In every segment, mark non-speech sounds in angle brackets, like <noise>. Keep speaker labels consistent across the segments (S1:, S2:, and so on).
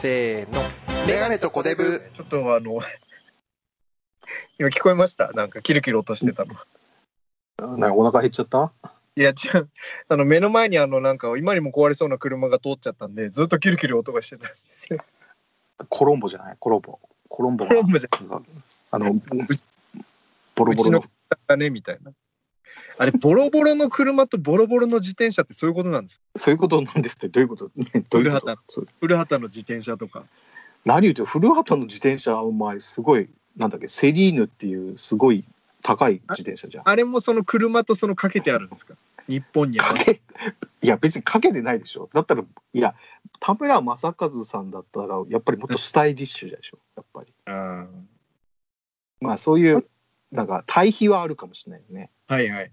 S1: せーの。メガネとコデブ。
S2: ちょっとあの、 <laughs> 今聞こえましたなんかキルキル落としてたの。
S3: なんかお腹減っちゃった
S2: いや、違う。あの、目の前にあの、なんか今にも壊れそうな車が通っちゃったんで、ずっとキルキル音がしてたんですよ。
S3: コロンボじゃないコロンボ。コロンボが
S2: コロンボじゃ
S3: なんかあの、ボロボロ
S2: う
S3: の
S2: ち。だね、みたいな。あれ、ボロボロの車とボロボロの自転車ってそういうことなんです。
S3: そういうことなんですって、どういうこと
S2: <laughs>
S3: どうい
S2: 古
S3: うこ
S2: 畑
S3: とそう
S2: 古畑の自転車とか。
S3: 何言ってる古畑の自転車はお前すごいなんだっけセリーヌっていうすごい高い自転車じゃん
S2: あれもその車とそのかけてあるんですか日本には
S3: か。けいや別にかけてないでしょだったらいや田村正和さんだったらやっぱりもっとスタイリッシュでしょやっぱり
S2: あ
S3: まあそういうなんか対比はあるかもしれないよね
S2: ーはいはい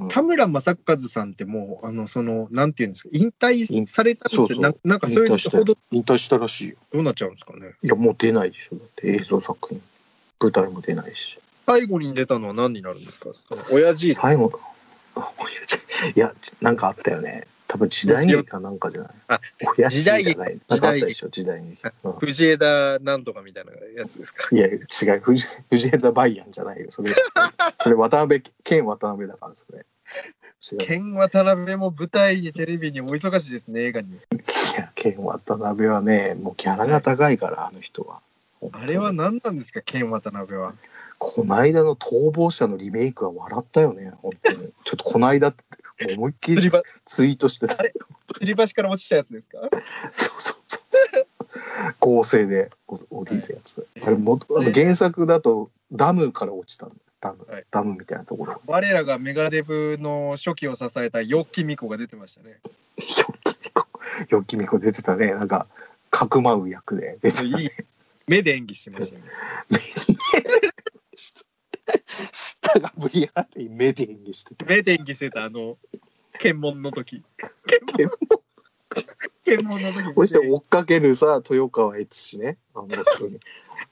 S3: うん。
S2: 田村正和さんってもう、あの、その、なんていうんですか、引退されたのって、
S3: 引
S2: な
S3: そう
S2: なんかそういうほど
S3: 引退したらしいよ
S2: どうなっちゃうんですかね。
S3: いやもう出ないでしょだって映像作品舞台も出ないし
S2: 最後に出たのは何になるんですかその親父
S3: 最後あいやなんかあったよね多分時代劇かなんかじゃない
S2: あ
S3: 親父じゃない
S2: 時
S3: なんかあったでしょ時代劇、うん
S2: 藤枝なんとかみたいなやつですか。
S3: いや違う藤藤枝バイアンじゃないよそれそれ渡辺兼渡辺だからそれ違う
S2: 剣渡辺も舞台にテレビにお忙しいですね、映画に。
S3: いや兼渡辺はねもうギャラが高いからあの人は
S2: あれは何なんですか、剣渡辺は。
S3: この間の逃亡者のリメイクは笑ったよね本当にちょっとこの間って思いっき
S2: 吊り
S3: り
S2: ば
S3: ツイートしてた
S2: 吊り橋から落ちたやつですか
S3: そうそうそう合成で降りるやつ、あれもあの原作だとダムから落ちたんだよダム、
S2: はい
S3: ダムみたいなところ
S2: 我らがメガデブの初期を支えたヨッキミコが出てましたね。
S3: よっきみこ、よっきみこ出てたね。なんか、かくまう役で出てた
S2: いい目で演技してましたよね。
S3: 舌がぶり払い、目で演技してた。
S2: 目で演技してたあの検問の時。検問検問の時。
S3: そして追っかけるさ、豊川悦司ね。あの、本当に。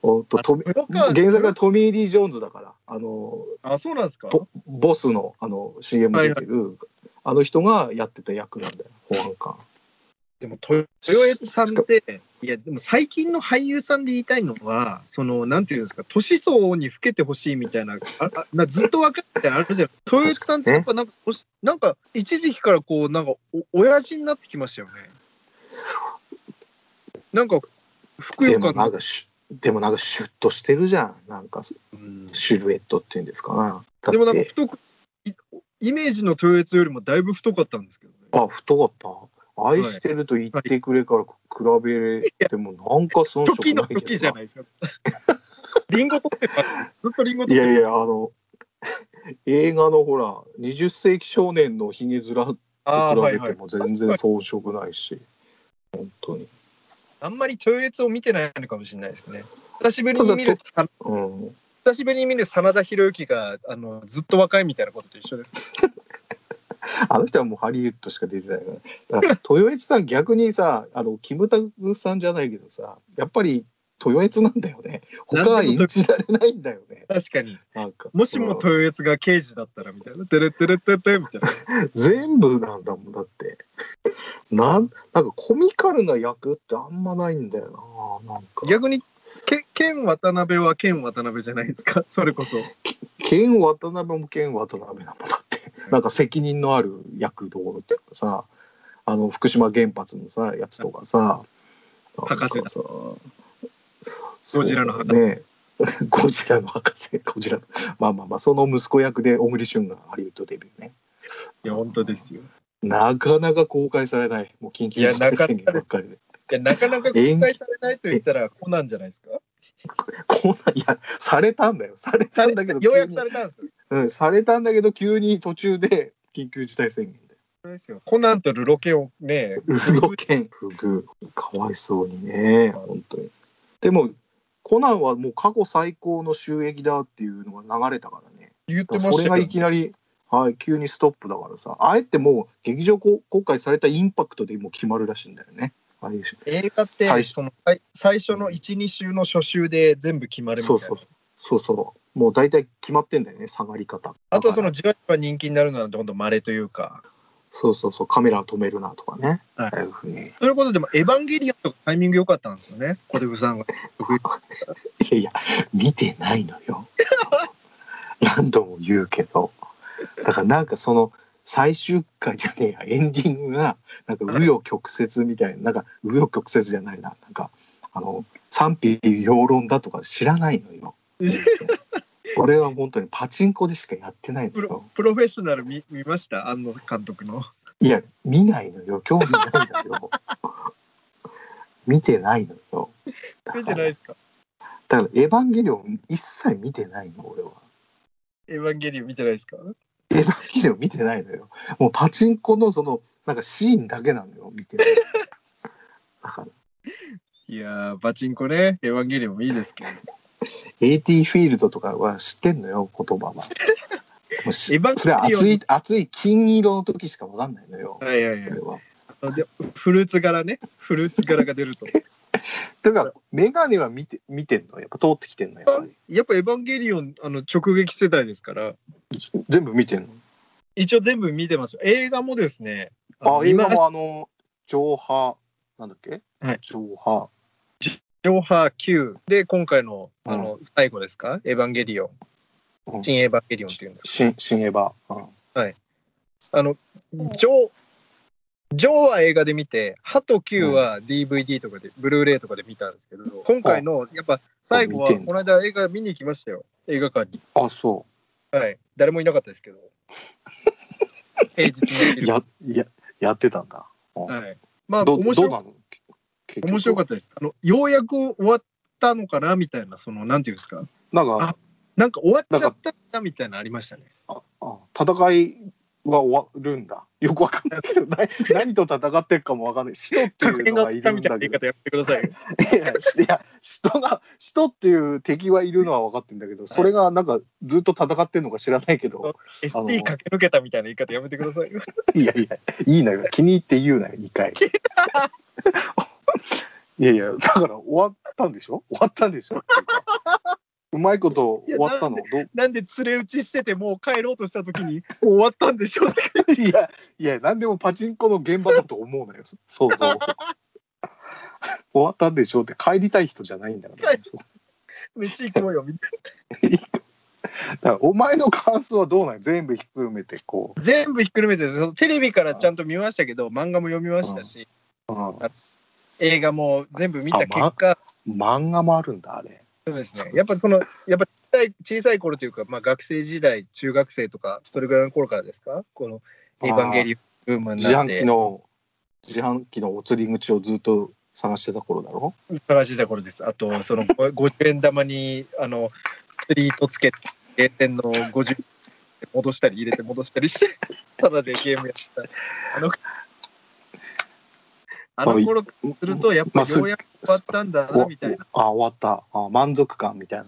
S3: おっと、と
S2: 豊川
S3: 原作はトミー・リー・ジョーンズだから、あの、
S2: あ、そうなんですか。
S3: ボボスの、あの、CM 出てる、あの人がやってた役なんだよ、保安官。
S2: でも豊悦さんっていやでも最近の俳優さんで言いたいのはそのなんていうんですか年相応に老けてほしいみたいなああなずっと若いみたいなのあるじゃん豊悦さんってやっぱなんか年なんか一時期からこうなんかお親父になってきましたよねなんかふく
S3: で
S2: よ
S3: も
S2: か
S3: な
S2: なん
S3: かシュ、でもなんかシュッとしてるじゃん。なんか、
S2: うん
S3: シルエットっていうんですかな。だって
S2: でもなんか太くいイメージの豊悦よりもだいぶ太かったんですけどね
S3: あ、太かった。愛してると言ってくれから比べてもなんか遜色
S2: 時
S3: な
S2: の
S3: いけど
S2: 時じゃないですか <laughs> リンゴ取ってますずっとリンゴ
S3: い
S2: 取って
S3: やいや、あの、 <laughs> 映画のほら、20世紀少年のひげ面
S2: あー
S3: と
S2: は
S3: 比
S2: い
S3: べ
S2: はい
S3: ても全然遜色ないし、本当に。
S2: あんまり超越を見てないのかもしれないですね。久しぶりに見る、さ
S3: うん。
S2: 久しぶりに見る真田広之が、あの、ずっと若いみたいなことと一緒です。
S3: あの人はもうハリウッドしか出てないから。だから豊悦さん逆にさ、あの、キムタクさんじゃないけどさ、やっぱり豊悦なんだよね。他は演じられないんだよね。
S2: 確かに。
S3: なんか。
S2: もしも
S3: うん
S2: 豊悦が刑事だったらみたいな。てれてれてれてれみたいな。
S3: 全部なんだもんだ
S2: <laughs>
S3: ってなんなんかコミカルな役ってあんまないんだよななんか
S2: 逆に、け、剣渡辺は剣渡辺じゃないですか。それこそ。
S3: ケン渡辺もケン渡辺なもんだってなんか責任のある役どころっていうかさあの福島原発のさやつとかさ
S2: 博士だ
S3: なんかさ
S2: ゴジラの博士
S3: そうね <laughs> ゴジラの博士ゴジラのまあまあまあその息子役で小栗旬がハリウッドデビューね
S2: いや、本当ですよ。
S3: なかなか公開されないもう緊急事態宣言ばっかりで
S2: いや、なかなか公開されないと言ったら、コナンじゃないですか。
S3: こんないやされたんだよされたんだけど
S2: ようやく
S3: 急
S2: され
S3: に
S2: たんですよ。
S3: うん、されたんだけど急に途中で緊急事態宣言で
S2: そうですよ。コナンとルロケンをね、
S3: ルロケン不遇かわいそうにね本当にでもコナンはもう過去最高の収益だっていうのが流れたからね
S2: 言って
S3: だ
S2: ま
S3: からそ
S2: した
S3: れが
S2: け
S3: い
S2: ど。
S3: きなり、はい、急にストップだからさあえてもう劇場公公開されたインパクトでもう決まるらしいんだよねああいう
S2: 映画って
S3: 最初
S2: その最最初の12週の初週で全部決まるみたい
S3: そ
S2: な
S3: うそうそうそうもう大体決まってんだよね下がり方
S2: あとはそ
S3: だから
S2: のじわじわ人気になるのはどんどん稀というか
S3: そうそうそうカメラを止めるなとかね、
S2: はい
S3: ああいうふうにい
S2: それこそでも、エヴァンゲリオンとかタイミング良かったんですよね、小出さんが。
S3: やいや見てないの
S2: <laughs>
S3: よ何度も言うけどだからなんかその最終回じゃねえやエンディングがなんか紆余曲折みたいななんか紆余曲折じゃないななんかあの賛否両論だとか知らないのよ
S2: <laughs>
S3: 俺は本当にパチンコでしかやってない
S2: プ
S3: の
S2: ロ
S3: よ
S2: プロフェッショナル見見ました、安野監督の。
S3: いや、見ないのよ。興味ないのよ。見てないのよ。
S2: 見てないですか
S3: だから、エヴァンゲリオン一切見てないの、俺は。
S2: エヴァンゲリオン見てないですか
S3: エヴァンゲリオン見てないのよ。もうパチンコのその、なんかシーンだけなのよ、見てる。だから、
S2: いやー、パチンコね、エヴァンゲリオンもいいですけど。
S3: AT フィールドとかは知ってんのよ、
S2: <laughs>
S3: 言葉は。でもし
S2: エヴァンゲリオン
S3: それは熱い、熱い金色の時しかわかんないのよ。
S2: はいはい
S3: 俺は。
S2: はい。でフルーツ柄ね、フルーツ柄が出ると。
S3: だから、メガネは見て、見てんのやっぱ通ってきてんのやっぱり。
S2: やっぱエヴァンゲリオンあの直撃世代ですから、
S3: 全部見てんの
S2: 一応全部見てますよ。映画もですね、
S3: あ、
S2: 今
S3: 今もあの、上波、なんだっけ
S2: はい
S3: 上波。
S2: 上波9で今回の
S3: うん
S2: あの最後ですか、エヴァンゲリオ
S3: う
S2: ン、
S3: ん
S2: 新エヴァンゲリオンっていうんです
S3: 新、新エヴァ。うん
S2: か。あの、上、上は映画で見て、歯と9は DVD とかで、ブルーレイとかで見たんですけど、今回のやっぱ最後は、
S3: あ見てん
S2: この間映画見に行きましたよ、映画館に。
S3: あ、そ
S2: はい、誰もいなかったですけ
S3: <laughs>
S2: ど。平日の
S3: う。
S2: 昼
S3: や、や、やってたんだ。うん
S2: はい。まあ、
S3: ど、
S2: 面
S3: どう
S2: 白
S3: なのけ結局
S2: 面白かったです。あの、ようやく終わったのかなみたいな、その、なんていうんですか。
S3: なんか、
S2: なんか終わっちゃったなみたいなのありましたね。
S3: ああ戦いは終わるんだ。よくわかんないけど、な <laughs> 何と戦ってるかもわかんない。使徒って
S2: 確
S3: いう
S2: 変が
S3: の
S2: あ
S3: が
S2: っ
S3: い
S2: た
S3: るん
S2: みたいな
S3: だ
S2: 言
S3: け
S2: い
S3: ど。
S2: 方やめてくださいよ。
S3: いや、いや使徒が、使徒っていう敵はいるのは分かってんだけど、それがなんかずっと戦ってんのか知らないけど、あの
S2: ST 駆け抜けたみたいな言い方やめてくださいよ。
S3: <laughs> いやいや、いいのよ。気に入って言うなよ、2回。 <laughs> いやいや、だから終わったんでしょ終わったんでしょっていうかうまいこと終わったのど
S2: なんで連れ打ちしてて、もう帰ろうとした時に、もう終わったんでしょうって。
S3: <laughs> いや、いや、なんでもパチンコの現場だと思うなよ、そうそう。 <laughs> 終わったんでしょって帰りたい人じゃないんだから。
S2: 飯行こうよ、みたい
S3: だからお前の感想はどうなん全部ひっくるめてこ
S2: な。全部ひっくるめてです、そのテレビからちゃんと見ましたけど、漫画も読みましたし、
S3: う、うん
S2: 映画も全部見た結果、
S3: 漫画もあるんだあれ。
S2: そうですね。やっぱその、やっぱ小さい小さい頃というか、まあ学生時代、中学生とか、それぐらいの頃からですかこの、エヴァンゲリオンブームに
S3: 自
S2: なっ
S3: 販機
S2: て、
S3: の自販機のお釣り口をずっと探してた頃だろ
S2: 探してた頃です。あ
S3: <laughs>
S2: と、そのご50円玉に、あの、釣りとつけて、0点の50円戻したり入れて戻したりして、 <laughs> ただでゲームやってた。あの、あの頃からすると、やっぱ
S3: まあす
S2: ようやく終わったんだな、みたいな。
S3: あ終わったあ満足感みたいな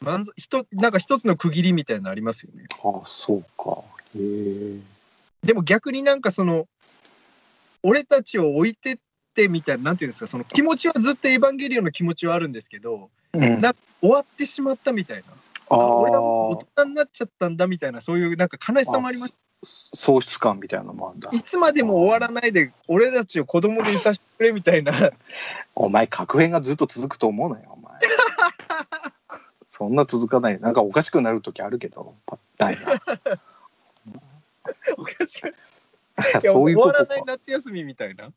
S2: 満足ひとなんか一つの区切りみたいなのありますよね。
S3: あそうかへえ
S2: でも逆になんかその俺たちを置いてってみたいななんていうんですかその気持ちはずっと「エヴァンゲリオン」の気持ちはあるんですけど
S3: うん、
S2: な終わってしまったみたいな
S3: あ
S2: あ俺はもう
S3: ー
S2: 大人になっちゃったんだみたいなそういうなんか悲しさもありまし
S3: そ喪失感みたいなのもあるんだ
S2: たいつまでも終わらないで俺たちを子供でいさせてくれみたいな
S3: お前格変がずっと続くと思うなよお前そんな続かないなんかおかしくなる時あるけどパッタイ
S2: <laughs> おかしくない
S3: な
S2: いや
S3: そういうこ
S2: 終
S3: と
S2: わ
S3: か
S2: な
S3: ら
S2: い夏休みみたいな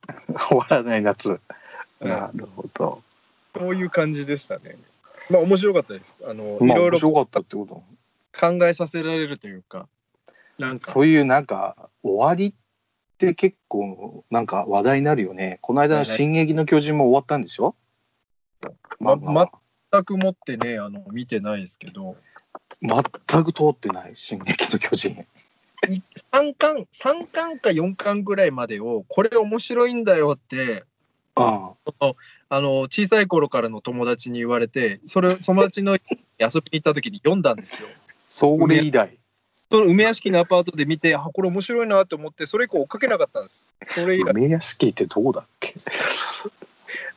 S3: 終わらない夏
S2: うん
S3: なるほど
S2: そういう感じでしたね。まあ面白かったです。あのい
S3: まあ
S2: ろい
S3: 面
S2: ろ考
S3: 白かったってこと
S2: えさせられるというかなんか
S3: そういうなんか終わりって結構なんか話題になるよね。この間の「進撃の巨人」も終わったんでしょ、
S2: ま
S3: 漫画は
S2: 全く持ってねあの見てないですけど。
S3: 全く通ってない「進撃の巨人
S2: 3巻三巻か4巻ぐらいまでをこれ面白いんだよって」
S3: ああ
S2: あの小さい頃からの友達に言われてそれを友達の遊びに行った時に読んだんですよ。 <laughs>
S3: それ以来
S2: その梅屋敷のアパートで見てあこれ面白いなと思ってそれ以降追っかけなかったんです。それ以来
S3: 梅屋敷ってどうだっけ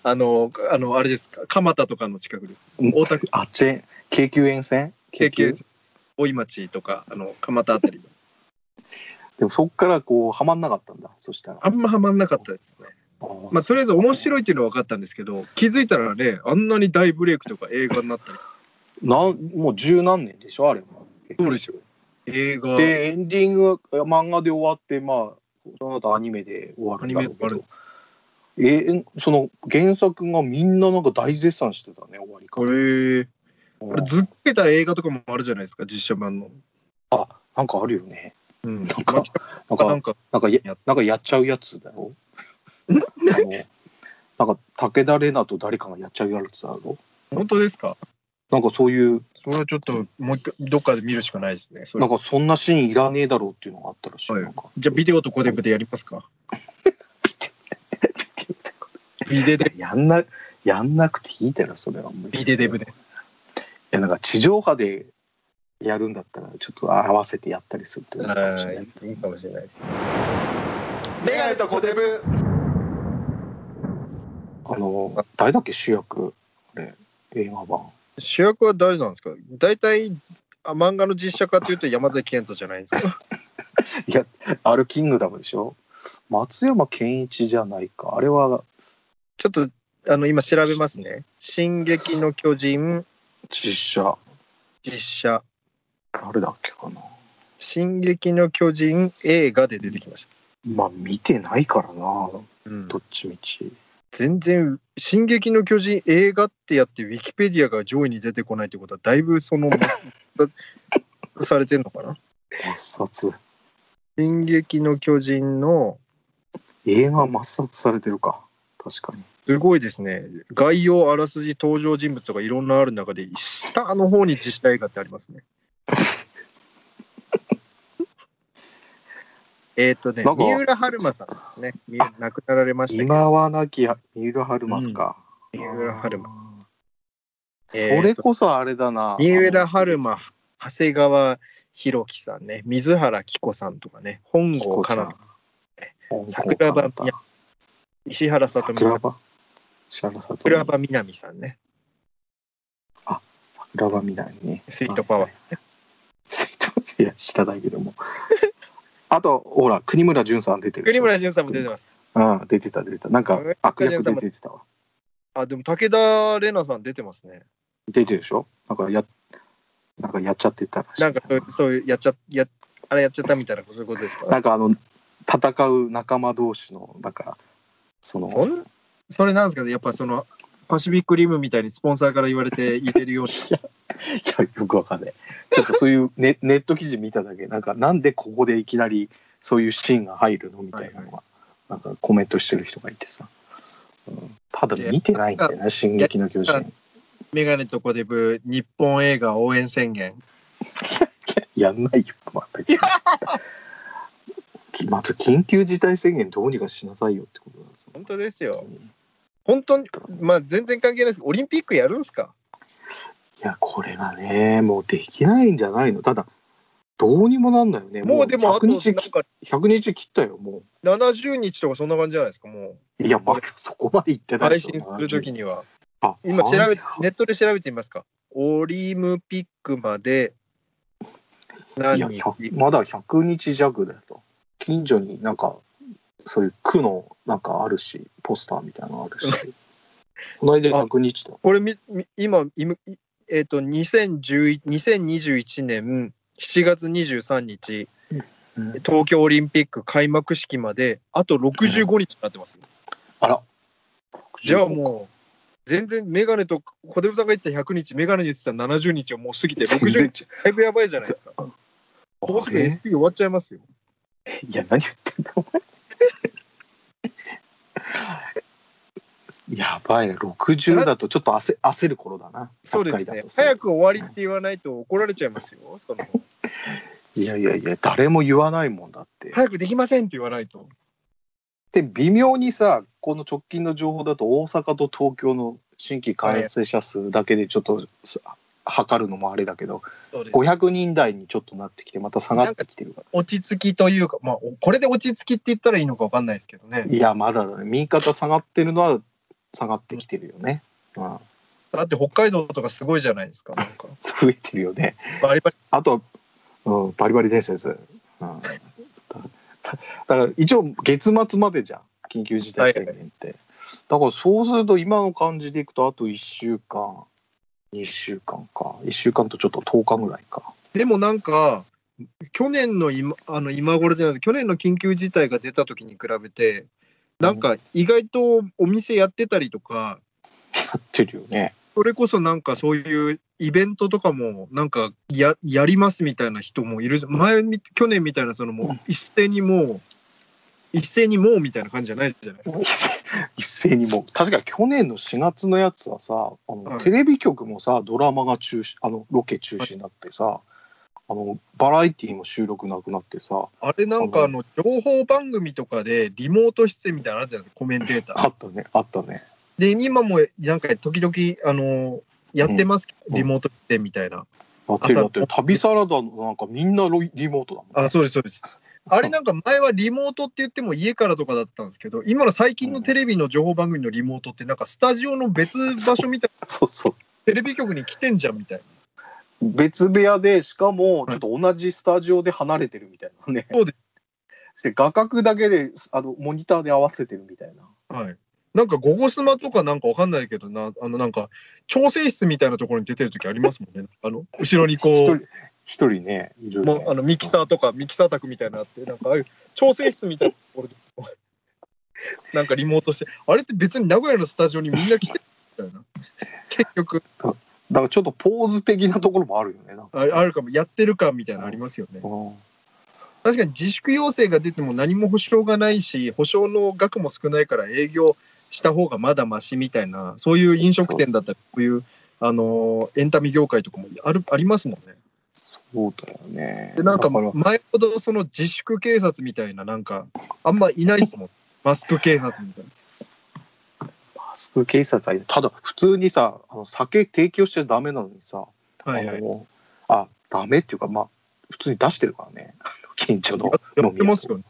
S2: あのあのあれですか蒲田とかの近くです。
S3: うん
S2: 大田区
S3: あっち京急沿線
S2: 京急大井町とかあの蒲田あたり
S3: でもそっからこうはまんなかったんだそしたら
S2: あんまハマんなかったですね。
S3: ー
S2: まあ、とりあえず面白いっていうのは分かったんですけど、気づいたらね、あんなに大ブレイクとか映画になったり、
S3: なんもう十何年でしょあれも
S2: どうでしょう映画、
S3: でエンディングが漫画で終わってまあその後アニメで終わるんだろうけ
S2: アニメ
S3: どえその原作がみんななんか大絶賛してたね終わりか
S2: これ、
S3: ら、
S2: あれずっけた映画とかもあるじゃないですか、実写版の。
S3: なんかあるよね
S2: うん、なん
S3: かなん
S2: な
S3: か
S2: んか、
S3: なんかや
S2: やっ
S3: なんかやっちゃうやつだろあのなんか武田玲奈と誰かがやっちゃうやつだろ
S2: 本当ですか
S3: なんかそういう
S2: それはちょっと、もう一回、どっかで見るしかないですね。それ
S3: なんかそんなシーンいらねえだろうっていうのがあったらしい、
S2: はい
S3: なんか
S2: じゃあ、ビデオとコデブでやりますか。 <laughs> ビデデ、
S3: やんなやんなくていいだろそれはもう
S2: ビデデブで。
S3: いやなんか地上波でやるんだったらちょっと合わせてやったりするってことかもしれない
S2: いいかもしれないです。
S1: メガネとコデブ
S3: あの誰だっけ主役あれ映画版
S2: 主役は誰なんですか大体、あ漫画の実写化というと山崎賢人じゃないです <laughs> か。
S3: あれキングダムでしょ松山ケンイチじゃないかあれは
S2: ちょっと、あの、今調べますね。進撃の巨人、
S3: 実写
S2: 実写。
S3: 誰だっけかな
S2: 進撃の巨人映画で出てきまし
S3: まあ見てないからな
S2: た。うん
S3: どっちみち
S2: 全然「進撃の巨人」映画ってやってウィキペディアが上位に出てこないってことはだいぶ
S3: <laughs>
S2: そのまされてんのかな
S3: 抹殺
S2: 進撃の巨人の
S3: 映画抹殺されてるか確かに
S2: すごいですね概要あらすじ登場人物とかいろんなある中で下の方に実写映画ってあります
S3: <laughs>
S2: ねえっとね
S3: なんか
S2: 三浦春馬さんですねみ亡くなられましたけど
S3: 今はなきや三浦春馬っすか、
S2: うん三浦春馬
S3: 馬そ
S2: えーと
S3: れこそあれだな、
S2: 三浦春馬長谷川博樹さんね水原希子さんとかね本
S3: 紀
S2: 郷
S3: 子ち
S2: か
S3: ゃ
S2: なん
S3: 本郷
S2: 桜庭
S3: かな
S2: 石原さとみさ
S3: 桜
S2: ん
S3: 庭桜庭
S2: 桜庭みなみさんね
S3: 桜庭みたいにね
S2: スイートパワー
S3: スイートいや下だけども <laughs> あとほら国村淳さん出てるでし
S2: 栗
S3: ょ
S2: 村淳さんも出てます
S3: うん出てた出てたなんか
S2: 国村
S3: 悪
S2: 淳
S3: 役
S2: さん
S3: で
S2: も
S3: 出てたわ
S2: あでも武田玲奈さん出てますね
S3: 出てるでしょなんかやなんかやっちゃってたらしい
S2: なんかそうそういうやっちゃやあれやっちゃったみたいなそういうことです
S3: な
S2: か
S3: んかあの戦う仲間同士のなんかそ
S2: <laughs>
S3: の
S2: そ
S3: <laughs>
S2: んそれなんですけどやっぱそのパシフィックリムみたいにスポンサーから言われて入れるように
S3: いやよくわかんないちょっとそういうネネット記事見ただけなんかなんでここでいきなりそういうシーンが入るのみたいなのが、なんかコメントしてる人がいてさ、うん、ただ見てないんだよな「進撃の巨
S2: いや
S3: 人
S2: <laughs> メガネとコデブ日本映画応援宣言」
S3: <laughs> やんないよ、まあ、 <laughs> 別にまあちょっと緊急事態宣言どうにかしなさいよってことなんですよ
S2: 本当ですよ
S3: 本当にい
S2: 本当にまあ全然関係ないですオリンピックやるんすか
S3: やこれがねもうできないんじゃないのただどうにもなんだよね
S2: もうでもあと
S3: 100
S2: なん
S3: 日き
S2: か
S3: 100日切ったよも
S2: 70日とかそんな感じじゃないですかも
S3: ういやまだそこまでいって
S2: う
S3: ない
S2: 配信するときには
S3: あ
S2: 今調べ
S3: あ
S2: ネットで調べてみますかオリムピックまで
S3: いや
S2: 何日
S3: 100まだ100日弱だよと近所になんかそういう区のなんかあるしポスターみたいなのあ
S2: <laughs>
S3: るしこの間100日だ
S2: これみみ今いむいえっ、と2011 2021年7月23日
S3: うん
S2: 東京オリンピック開幕式まであと65日になってますよ、
S3: あら
S2: じゃあもう全然メガネと小出さんが言ってた100日メガネに言ってた70日はもう過ぎて
S3: 全然
S2: 60日だいぶやばいじゃないですかもうすぐ
S3: あれ
S2: SP 終わっちゃいますよ
S3: いや何言ってんだお前やばいな60だとちょっと焦焦る頃だな
S2: そうですね
S3: 100回だとさ
S2: 早く終わりって言わないと怒られちゃいますよその
S3: いやいやいや誰も言わないもんだって
S2: 早くできませんって言わないと
S3: で微妙にさこの直近の情報だと大阪と東京の新規感染者数だけでちょっとす測るのもあれだけど
S2: そうです
S3: 500人台にちょっとなってきてまた下がってきてるか
S2: 落ち着きというかまあおこれで落ち着きって言ったらいいのか分かんないですけどね
S3: らいやまだだね右肩下がってるのは下がってきてるよね、うん、
S2: だって北海道とかすごいじゃないですかなんか
S3: 増えてるよね
S2: バリバリ
S3: あとは、うん、バリバリ伝説、うん、だだから一応月末までじゃん緊急事態宣言って、だからそうすると今の感じでいくとあと1週間2週間か1週間とちょっと10日ぐらいか
S2: でもなんか、去年の今あの今頃じゃない去年の緊急事態が出た時に比べて、なんか意外とお店やってたりとか、
S3: やってるよね
S2: それこそなんかそういうイベントとかも、なんかややりますみたいな人もいるじゃん前み、去年みたいな、そのもう一斉にもう、一斉にもうみたいな感じじゃないじゃない
S3: 一斉一斉にもう確か去年の4月のやつはさあの、
S2: はい
S3: テレビ局もさドラマが中止あのロケ中止になってさ、あのバラエティも収録なくなってさ
S2: あれなんかあの、情報番組とかでリモート出演みたいなのあるじゃないコメンテーター
S3: あ。ったねあったね
S2: で、今もなんか時々、あの、やってますけど、
S3: うん
S2: リモート出演みたいな。
S3: やってる
S2: 朝
S3: やってる旅サラダのなんかみんなロイリモートだもん
S2: あ、そうです、そうです。あれなんか前はリモートって言っても家からとかだったんですけど、今の最近のテレビの情報番組のリモートって、なんかスタジオの別場所みたいな、
S3: そうそう
S2: テレビ局に来てんじゃんみたいな。
S3: 別部屋でしかもちょっと同じスタジオで離れてるみたいなね、
S2: そうで
S3: で画角だけであのモニターで合わせてるみたいな
S2: はい。なんか、ゴゴスマとかなんかわかんないけどな、あの、なんか、調整室みたいなところに出てる時ありますもんね。あの、後ろに
S3: 一
S2: こう
S3: 人、一人ねいるよね
S2: もうあのミキサーとかミキサー卓みたいなのあって、なんかああいう調整室みたいなところで、なんかリモートして、あれって別に名古屋のスタジオにみんな来てるみたいな。結局、
S3: だからちょっとポーズ的なところもあるよねなんか
S2: ああるかも、やってるかみたいなのありますよね。
S3: うん
S2: 確かに自粛要請が出ても何も保証がないし、保証の額も少ないから営業した方がまだましみたいな、そういう飲食店だったり、こういうあのエンタメ業界とかもあるありますもんね。
S3: そうだよね
S2: でなんか
S3: だら
S2: 前ほどその自粛警察みたいななんかあんまいないですもんマスク警察みたいな
S3: マスク警察はいるただ普通にさあの酒提供しちゃダメなのにさ、
S2: はいはい
S3: あのあダメっていうかまあ普通に出してるからね近所の
S2: ややってます
S3: 飲
S2: よ
S3: み
S2: ね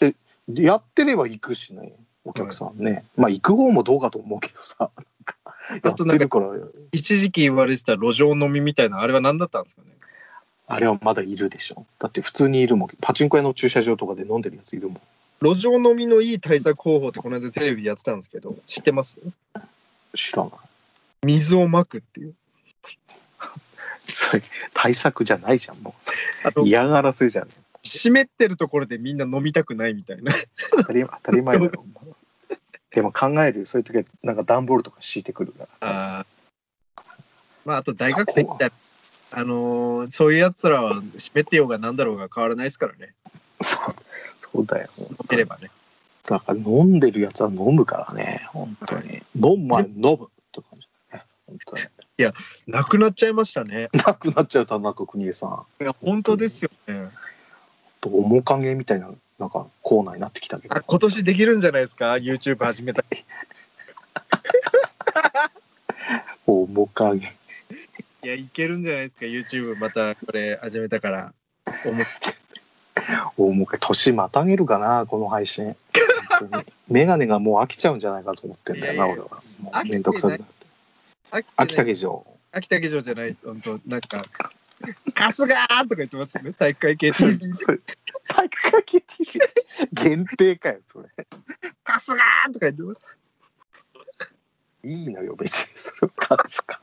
S3: 屋でやってれば行くしねお客さんね、まあ行く方もどうかと思うけどさなんか
S2: あと
S3: <laughs> や
S2: な
S3: っ
S2: んか
S3: てるから
S2: 一時期言われてた路上飲みみたいなあれは何だったんですかね
S3: あれはまだいるでしょだって普通にいるもんパチンコ屋の駐車場とかで飲んでるやついるもん
S2: 路上飲みのいい対策方法ってこの間テレビでやってたんですけど知ってます
S3: 知らない
S2: 水をまくっていう
S3: それ対策じゃないじゃんも
S2: あ
S3: う
S2: と
S3: 嫌がらせ <laughs> じゃん
S2: 湿ってるところでみんな飲みたくないみたいな
S3: 当たり当たり前だろお前でも考えるよそういう時はなんか段ボールとか敷いてくるから
S2: あーまああと大学生みたいなあのーそういうやつらは湿ってようがなんだろうが変わらないですからね
S3: そうそうだよ
S2: 飲めればね
S3: だから飲んでるやつは飲むからね本当に飲む前に飲むって感じだね本当に
S2: なくなっちゃいましたね
S3: なくなっちゃう田中邦衛さん
S2: いや本当ですよね。
S3: と面影みたいななんかコーナーになってきたけど
S2: あ今年できるんじゃないですか YouTube 始めたり
S3: 面影
S2: いやいけるんじゃないですか YouTube またこれ始めたから思っ
S3: 面影年またげるかなこの配信
S2: <laughs>
S3: 本当に眼鏡がもう飽きちゃうんじゃないかと思ってんだよない
S2: やいや
S3: 俺はも
S2: 飽きてないう
S3: 面倒くさくなって
S2: 飽
S3: 飽
S2: き
S3: き
S2: た
S3: た
S2: け
S3: けど
S2: 飽きたけじゃないです本当なんか「春日!」とか言ってますよね体育 <laughs> 会系 TV
S3: それ体育会系 TV 限定かよそれ
S2: 春日!」とか言ってます
S3: いいのよ別にそれを勝つか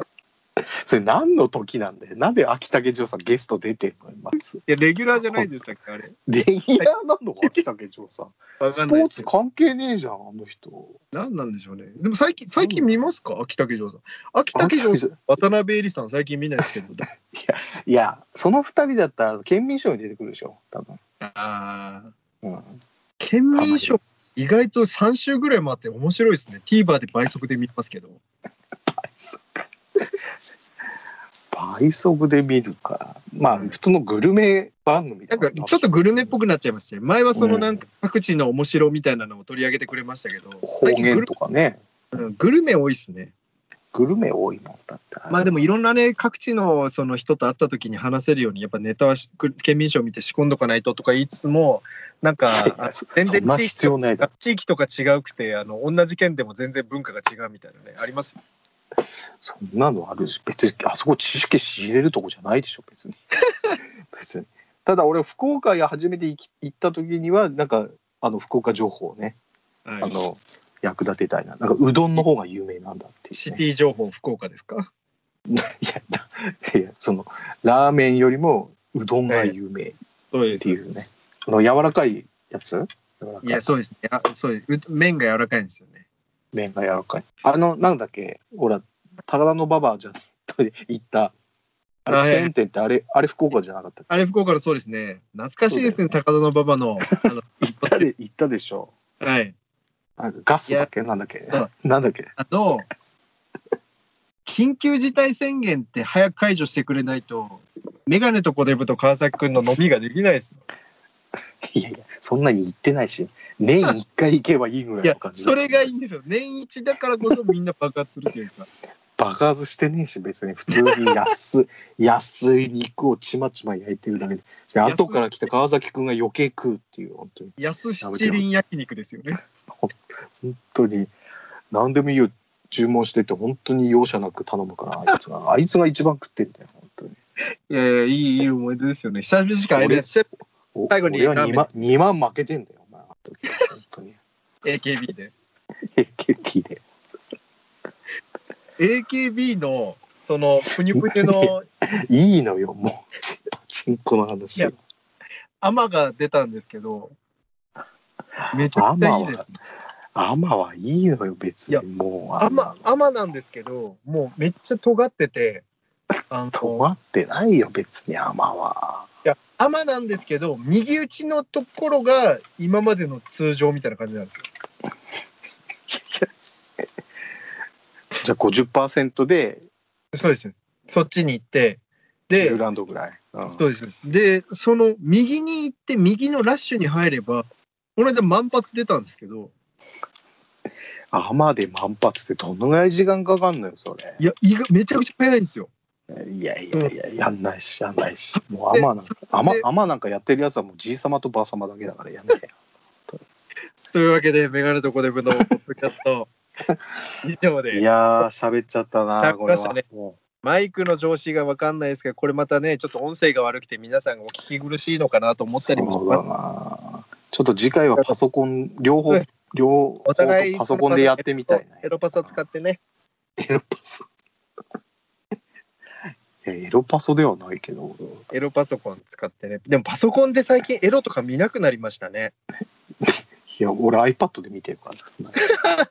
S3: それ何の時なんだよなんで秋竹城さんゲスト出てんのよまず
S2: いやレギュラーじゃないでしたっけあれ
S3: レギュラーなの秋竹城さん
S2: わ
S3: ス
S2: かん
S3: ポ
S2: ない
S3: ー
S2: です
S3: ツ
S2: けど
S3: 関係ねえじゃんあの人
S2: 何なんでしょうねでも最近最近見ますか秋竹城さん秋竹城さん渡辺恵里さん最近見ないですけ <laughs> ど
S3: いやその二人だったら県民賞に出てくるでしょ多分、
S2: あー
S3: うん、
S2: 県民賞意外と3週ぐらい回って面白いですね TVer で倍速で見ますけど
S3: 倍速で見るからまあ
S2: うん
S3: 普通のグルメ番組
S2: な
S3: だ
S2: んかちょっとグルメっぽくなっちゃいましたね。前はそのなんか各地の面白みたいなのを取り上げてくれましたけど、
S3: 方
S2: 最近グ
S3: 言
S2: ル
S3: とかね
S2: うんグルメ多いですね。
S3: グルメ多いもんだって
S2: まあでもいろんなね、各地のその人と会った時に話せるように、やっぱネタはし県民賞見て仕込んどかないととか言いつつも、なんかあ <laughs>
S3: そ
S2: 全
S3: そ
S2: 然
S3: んな
S2: 地域
S3: 必要ないだろ
S2: と地域とか違うくてあの、同じ県でも全然文化が違うみたいなね、ありますよ
S3: そ <laughs> んなのあるし別にあそこ知識仕入れるとこじゃないでしょ別に別にただ俺福岡や初めて行き行った時にはなんかあの福岡情報をね
S2: は
S3: あ
S2: い、
S3: の役立てたいななんかうどんの方が有名なんだってい
S2: シ
S3: う、ね、
S2: ティ情報福岡ですか
S3: いやだいやそのラーメンよりもうどんが有名っ
S2: そうで
S3: ていうね、あの柔らかいやつ柔らかい
S2: いやそうですねあそうですう麺が柔らかいんですよね
S3: 麺が柔らかいあのなんだっけほら高田の馬場じゃないと行ったあれ
S2: あはい
S3: チェーン店ってあれあれ福岡じゃなかったっ
S2: あれ福岡のそうですね懐かしいですね高田馬場のあの
S3: け行ったで行ったでしょ
S2: はい
S3: なんかガスだっけなんだっけ
S2: そう
S3: なんだっけ
S2: あの緊急事態宣言って早く解除してくれないとメガネとコデブと川崎くんの飲みができないです
S3: いやいやそんなに行ってないし年一回行けばいいぐら
S2: い
S3: いの
S2: や
S3: 感じだ
S2: それがいいんですよ年一だからこそみんな爆発するというか
S3: 爆発してねえし別に普通に安 <laughs> 安い肉をちまちま焼いてるだけでで
S2: 安い
S3: 後から来た川崎くんが余計食うっていう本当に
S2: <laughs> 安七輪焼肉ですよね
S3: 本当に何でもいいよ注文してって本当に容赦なく頼むからあいつがあいつが一番食ってんだよ本当に
S2: いやいやいいいい思い出ですよね久々しか会えないです
S3: お
S2: 最後に
S3: 俺は
S2: ラーメン
S3: 2万二万負けてんだよお前あの時本当に <laughs>
S2: AKB で
S3: 平気で
S2: AKB のそのぷにゅぷにゅの
S3: いいのよもう <laughs> パチンコの話
S2: いやアマが出たんですけどめちゃ
S3: ア
S2: くちゃ
S3: マ
S2: いいです
S3: はアマはいいのよ別
S2: いや
S3: にもう
S2: アマアマなんですけどもうめっちゃ尖っててあ
S3: 止
S2: の
S3: まってないよ別にアマはい
S2: やアマなんですけど右打ちのところが今までの通常みたいな感じなんですよ
S3: じゃあ50%で
S2: そうですよそっちに行ってで
S3: 10ラウンドぐらい、うん
S2: そうですそうです。で、その右に行って、右のラッシュに入れば、この間万発出たんですけど、
S3: アマで万発ってどのぐらい時間かかんのよそれ
S2: いや、意外めちゃくちゃ早いんですよ。
S3: いやいやいややんないしやんないしもうア
S2: <laughs> で
S3: マなんか
S2: そ
S3: アマ
S2: で
S3: アマなんかやってるやつはもうじいさまとばあさまだけだからやんないよ
S2: というわけで、メガネとコデブのポッドキャス
S3: <laughs>
S2: ト、以上
S3: い
S2: で、
S3: やー喋っちゃったな
S2: 喋り
S3: これ
S2: ました
S3: は、
S2: ね
S3: も
S2: マイクの調子が分かんないですけど、これまたね、ちょっと音声が悪くて、皆さんがお聞き苦しいのかなと
S3: う
S2: 思ったりもし
S3: そうだ
S2: ま
S3: なちょっと次回はパソコン両方
S2: そうです
S3: 両方
S2: お互い
S3: パソコンでやってみたいな
S2: す。エロパソ使ってね、
S3: エロパソいやエロパソではないけど
S2: エロパソコン使ってね。でも、パソコンで最近エロとか見なくなりましたね。
S3: いや俺 iPad で見てるから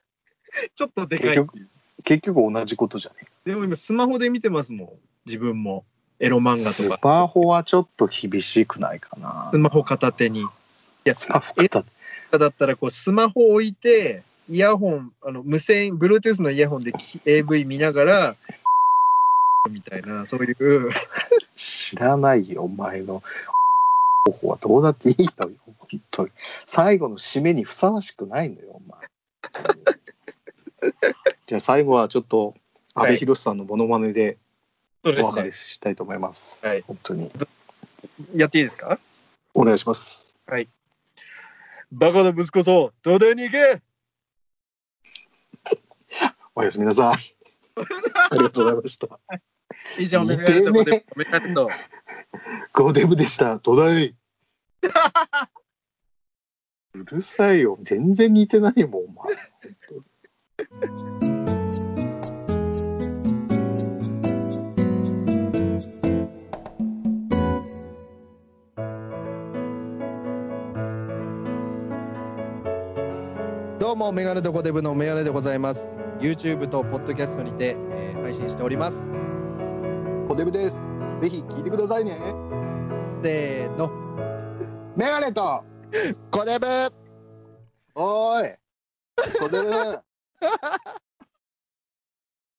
S2: ちょっとでか
S3: 結
S2: い。
S3: 局結局同じことじゃね
S2: でも今、スマホで見てますもん、自分も。エロ漫画と
S3: ス
S2: か。
S3: マホはちょっと厳しくないかな
S2: スマホ片手に。いや、
S3: スマホ片手
S2: だったらこうスマホ置いて、イヤホン、あの無線、Bluetooth のイヤホンでき AV 見ながら、 <laughs> みたいな、そういう、
S3: 知らないよお前の方法はどうだっていいのよ本当に最後の締めにふさわしくないのよお <laughs> 前じゃあ最後はちょっと阿部寛さんのモノマネで
S2: そう
S3: お別れしたいと思います、
S2: はい
S3: 本当に
S2: やっていいですか
S3: お願いします
S2: バカの息子と東大に行け
S3: おやすみなさい <laughs> ありがとうございました
S2: 以上、メ
S3: 似て
S2: ガネ
S3: ね
S2: とコデブメガネと。
S3: ゴデブでした。土 <laughs> 台。うるさいよ。全然似てないもん、お前。
S2: どうも、メガネとコデブのメガネでございます。YouTube と Podcast にて、えー配信しております。
S3: ゴデブです。ぜひ聞いてくださいね。
S2: せーの、
S3: メガネと。
S2: コデブ
S3: おーい。ゴデブ。